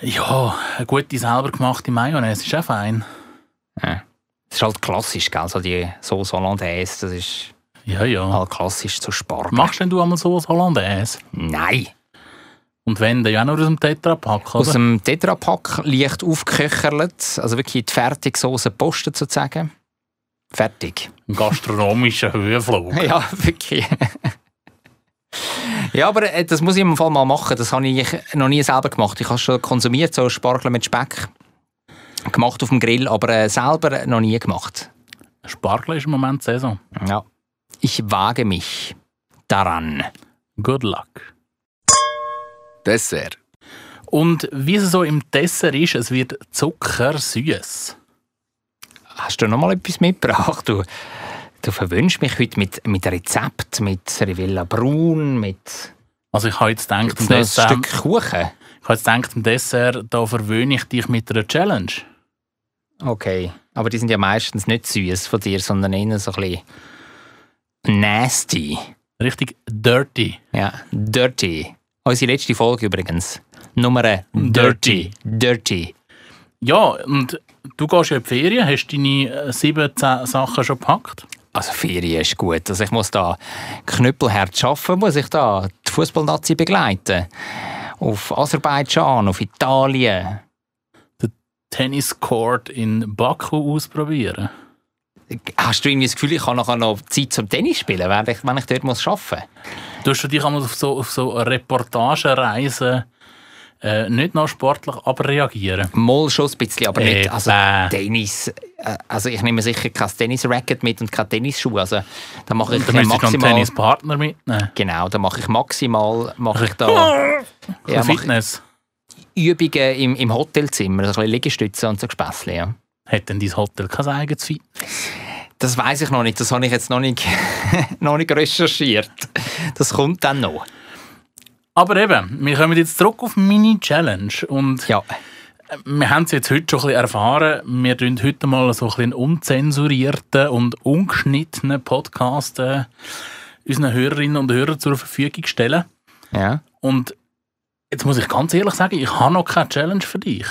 Ja, eine gute selber gemachte Mayonnaise ist auch fein.
Das ist halt klassisch, gell? Also die Sauce Hollandaise, das ist
Ja, ja.
halt klassisch zu Spargel.
Machst denn du einmal so was Hollandaise?
Nein!
Und wenn, dann ja auch nur aus dem Tetrapack,
Aus
oder?
dem Tetrapack leicht aufgeköcherlet, also wirklich die Fertigsoße postet sozusagen. Fertig.
Ein gastronomischer Höhenflug.
Ja, wirklich. Ja, aber äh, das muss ich im Fall mal machen. Das habe ich noch nie selber gemacht. Ich habe schon konsumiert, so Spargel mit Speck gemacht auf dem Grill, aber äh, selber noch nie gemacht.
Spargel ist im Moment Saison.
Ja. Ich wage mich daran.
Good luck.
Dessert.
Und wie es so im Dessert ist, es wird zuckersüß.
Hast du noch mal etwas mitgebracht? Du, du verwöhnst mich heute mit, mit Rezept, mit Rivella Brun, mit
Also ich habe jetzt gedacht, im
noch ein
Dessert,
Stück Kuchen.
ich habe jetzt gedacht, im Dessert, da verwöhne ich dich mit einer Challenge.
Okay. Aber die sind ja meistens nicht süß von dir, sondern eher so ein bisschen nasty.
Richtig dirty.
Ja, Dirty. Unsere letzte Folge übrigens. Nummer Dirty. Dirty.
Ja, und du gehst ja in die Ferien, hast deine äh, 17 Sachen schon gepackt.
Also Ferien ist gut. Also ich muss da knüppelhart arbeiten, muss ich da die Fußballnazi begleiten. Auf Aserbaidschan, auf Italien.
Tenniscourt in Baku ausprobieren.
Hast du irgendwie das Gefühl, ich habe nachher noch Zeit zum Tennis spielen, während ich, wenn ich dort muss arbeiten
Tust du dich einmal auf so, auf so Reportagereisen äh, nicht noch sportlich abreagieren?
muss? Mal schon ein bisschen, aber nicht. Also
Eben.
Tennis. äh, Also ich nehme sicher kein Tennis-Racket mit und keine Tennisschuhe. Also da mache ich
Da müsstest du noch einen
maximal...
Tennispartner mitnehmen.
Genau, da mache ich maximal mache ich da ja,
Ja,
mache ich
Fitness.
Übungen im, im Hotelzimmer, so ein bisschen Liegestütze und so Gespässli, ja.
Hat denn dein Hotel kein eigenes Fitness?
Das weiß ich noch nicht, das habe ich jetzt noch nicht, noch nicht recherchiert. Das kommt dann noch.
Aber eben, wir kommen jetzt zurück auf meine Challenge. Und
Ja,
wir haben es jetzt heute schon ein bisschen erfahren. Wir tun heute mal so ein bisschen einen unzensurierten und ungeschnittenen Podcast äh, unseren Hörerinnen und Hörern zur Verfügung stellen.
ja.
Und jetzt muss ich ganz ehrlich sagen, ich habe noch keine Challenge für dich.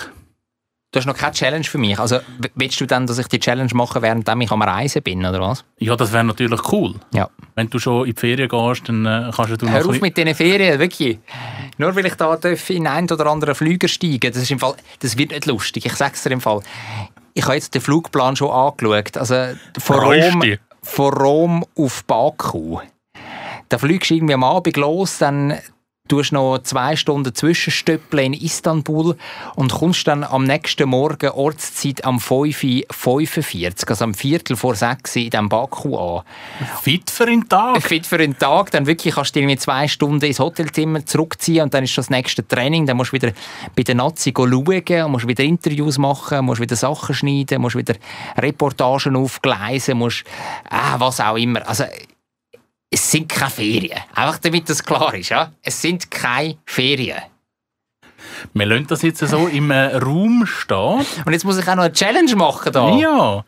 Du hast noch keine Challenge für mich. Also w- willst du dann, dass ich die Challenge mache, während ich am Reisen bin, oder was?
Ja, das wäre natürlich cool.
Ja.
Wenn du schon in die Ferien gehst, dann äh, kannst ja du noch
Hör auf
ein bisschen-
mit diesen Ferien, wirklich. Nur weil ich da darf in einen oder anderen Flüger steigen das ist im Fall, das wird nicht lustig. Ich sag's dir im Fall. Ich habe jetzt den Flugplan schon angeschaut. Also von
Freust
Rom,
dich?
von Rom auf Baku. Da fliegst du irgendwie am Abend los, dann tust du noch zwei Stunden Zwischenstöppeln in Istanbul und kommst dann am nächsten Morgen Ortszeit am 5.45 also am Viertel vor 6 in diesem Baku an
fit für den Tag.
fit für einen Tag, dann wirklich kannst du dich mit zwei Stunden ins Hotelzimmer zurückziehen und dann ist schon das nächste Training, dann musst du wieder bei der Nazi go schauen, musst wieder Interviews machen, musst wieder Sachen schneiden, musst wieder Reportagen aufgleisen, musst ah, was auch immer. Also es sind keine Ferien. Einfach damit das klar ist, ja? Es sind keine Ferien.
Wir lassen das jetzt so im äh, Raum stehen.
Und jetzt muss ich auch noch eine Challenge machen da.
Ja.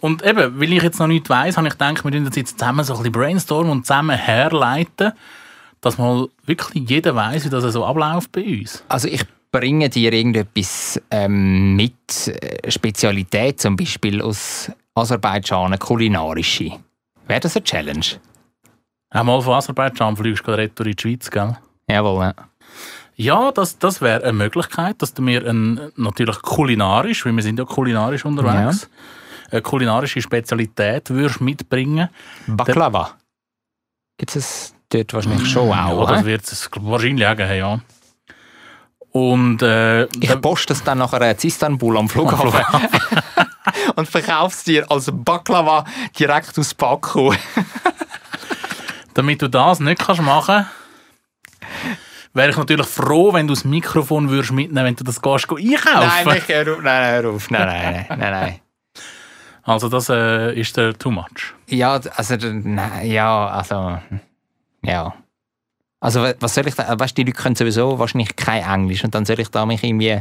Und eben, weil ich jetzt noch nichts weiss, habe ich gedacht, wir tun das jetzt zusammen so ein bisschen brainstormen und zusammen herleiten, dass mal wirklich jeder weiss, wie das so abläuft bei uns.
Also ich bringe dir irgendetwas ähm, mit äh, Spezialität, zum Beispiel aus Aserbaidschan, eine kulinarische. Wäre das eine Challenge?
Einmal von Aserbaidschan fliegst du gerade retour in die Schweiz, gell?
Jawohl. ja.
Ja, das, das wäre eine Möglichkeit, dass wir ein, natürlich kulinarisch, weil wir sind ja kulinarisch unterwegs, eine kulinarische Spezialität würdest mitbringen.
Baklava. Gibt es dort wahrscheinlich schon
ja,
auch?
das
hä?
wird es wahrscheinlich auch geben, ja. Und äh,
ich poste es dann nachher in Istanbul am Flughafen. Und verkaufe es dir als Baklava direkt aus Baku.
Damit du das nicht kannst machen wäre ich natürlich froh, wenn du das Mikrofon würdest mitnehmen wenn du das gehst, go einkaufen
ich hör auf. Nein, hör auf. Nein, nein, nein, nein, nein.
Also das äh, ist der too much.
Ja, d- also, d- nein, ja, also, ja. Also, wa- was soll ich da, weißt du, die Leute können sowieso wahrscheinlich kein Englisch und dann soll ich da mich irgendwie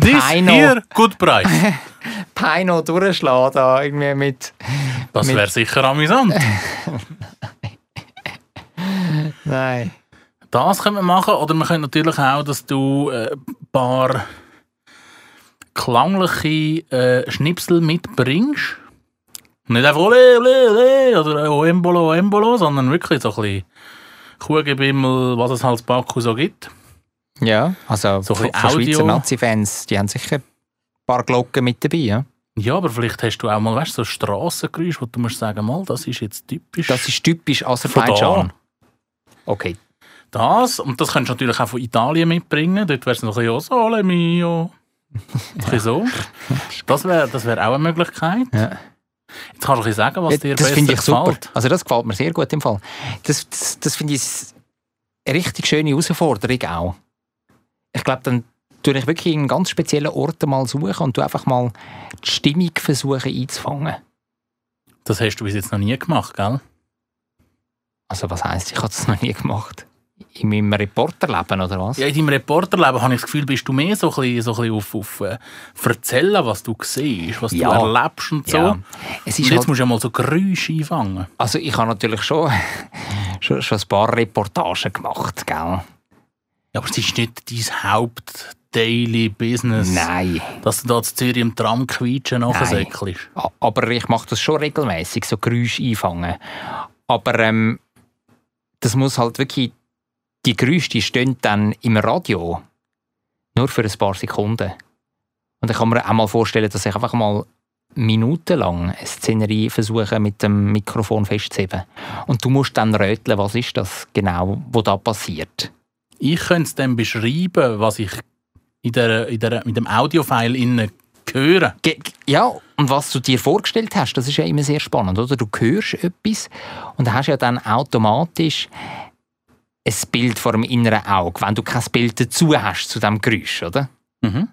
This
Pino.
here, good price.
Peino durchschlagen, da irgendwie mit,
Das
Mit-
wäre sicher amüsant.
nein.
Das können wir machen. Oder wir können natürlich auch, dass du äh, ein paar klangliche äh, Schnipsel mitbringst. Nicht einfach ole, ole, ole oder Oembolo, Oembolo, sondern wirklich so ein bisschen Kuhgebimmel, was es halt in Baku so gibt.
Ja, also,
So
so
ein bisschen
von, von Schweizer
Audio.
Nazi-Fans, die haben sicher ein paar Glocken mit dabei, ja.
Ja, aber vielleicht hast du auch mal weißt, so Strassengeräusche, wo du musst sagen, mal, das ist jetzt typisch.
Das ist typisch
von
Aserbaidschan.
da.
Okay.
Das, und das kannst du natürlich auch von Italien mitbringen. Dort wäre es noch ein bisschen «Oh, Sole mio. Ein bisschen so. Das wäre das wär auch eine Möglichkeit.
Ja.
Jetzt kannst du ein bisschen sagen, was dir
das
besser
finde ich super.
gefällt.
Also das gefällt mir sehr gut im Fall. Das, das, das finde ich eine richtig schöne Herausforderung auch. Ich glaube, dann tue ich wirklich einen ganz speziellen Ort mal suchen und du einfach mal die Stimmung versuchen einzufangen.
Das hast du bis jetzt noch nie gemacht, gell?
Also was heisst, ich habe das noch nie gemacht. In meinem Reporterleben oder was?
Ja, in deinem Reporterleben habe ich das Gefühl, bist du mehr so ein bisschen, so ein bisschen auf, auf äh, «Erzählen, was du siehst, was
Ja.
du erlebst und so.
Ja.
Und
Es ist
jetzt
halt,
musst du ja mal so Geräusche einfangen.
also ich habe natürlich schon, schon, schon ein paar Reportagen gemacht, gell?
Ja, aber es ist nicht dein Haupt-Daily-Business,
Nein.
dass du da in Zürich im Tram quietschen nachher
Nein.
säckelst.
A- Aber ich mache das schon regelmäßig, so Geräusche einfangen. Aber ähm, das muss halt wirklich, die Geräusche die stehen dann im Radio. Nur für ein paar Sekunden. Und ich kann mir auch mal vorstellen, dass ich einfach mal minutenlang eine Szenerie versuche, mit dem Mikrofon festzuheben. Und du musst dann räteln, was ist das genau, was da passiert.
ich könnte es dann beschreiben, was ich in, der, in, der, in dem Audiofile innen höre.
Ge- ge- Ja, und was du dir vorgestellt hast, das ist ja immer sehr spannend, oder? Du hörst etwas und hast ja dann automatisch ein Bild vor dem inneren Auge, wenn du kein Bild dazu hast zu diesem Geräusch, oder?
Mhm.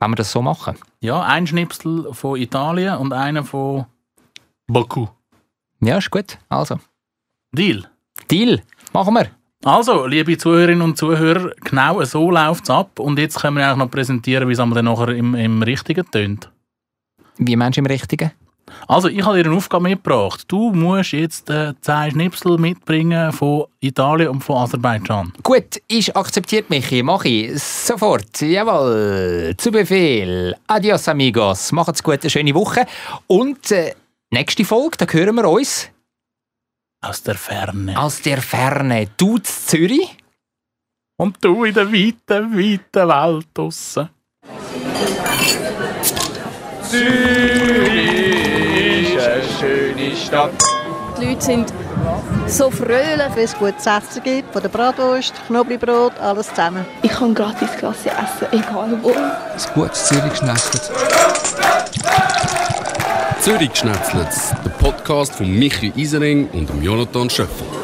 Wenn wir das so machen.
Ja, ein Schnipsel von Italien und einer von Baku.
Ja, ist gut. Also,
Deal.
Deal, machen wir.
Also, liebe Zuhörerinnen und Zuhörer, genau so läuft es ab. Und jetzt können wir auch noch präsentieren, wie es am dann nachher im, im Richtigen tönt.
Wie meinst du im Richtigen?
Also, ich habe dir eine Aufgabe mitgebracht. Du musst jetzt äh, zehn Schnipsel mitbringen von Italien und von Aserbaidschan.
Gut, ist akzeptiert, Michi. Mach ich. Sofort. Jawohl. Zu Befehl. Adios, amigos. Macht's gut. Eine schöne Woche. Und äh, nächste Folge, da hören wir uns.
Aus der Ferne.
Aus der Ferne, du zu Zürich?
Und du in der weiten, weiten Welt draussen.
Die Leute sind so fröhlich.
Wenn es gutes Essen gibt, von der Bratwurst, Knoblauchbrot, alles zusammen.
Ich kann gratis Klasse essen, egal wo.
Ein gutes Zürich geschnetzelt.
Zürich Schnetzlitz, der Podcast von Michi Isering und dem Jonathan Schöffel.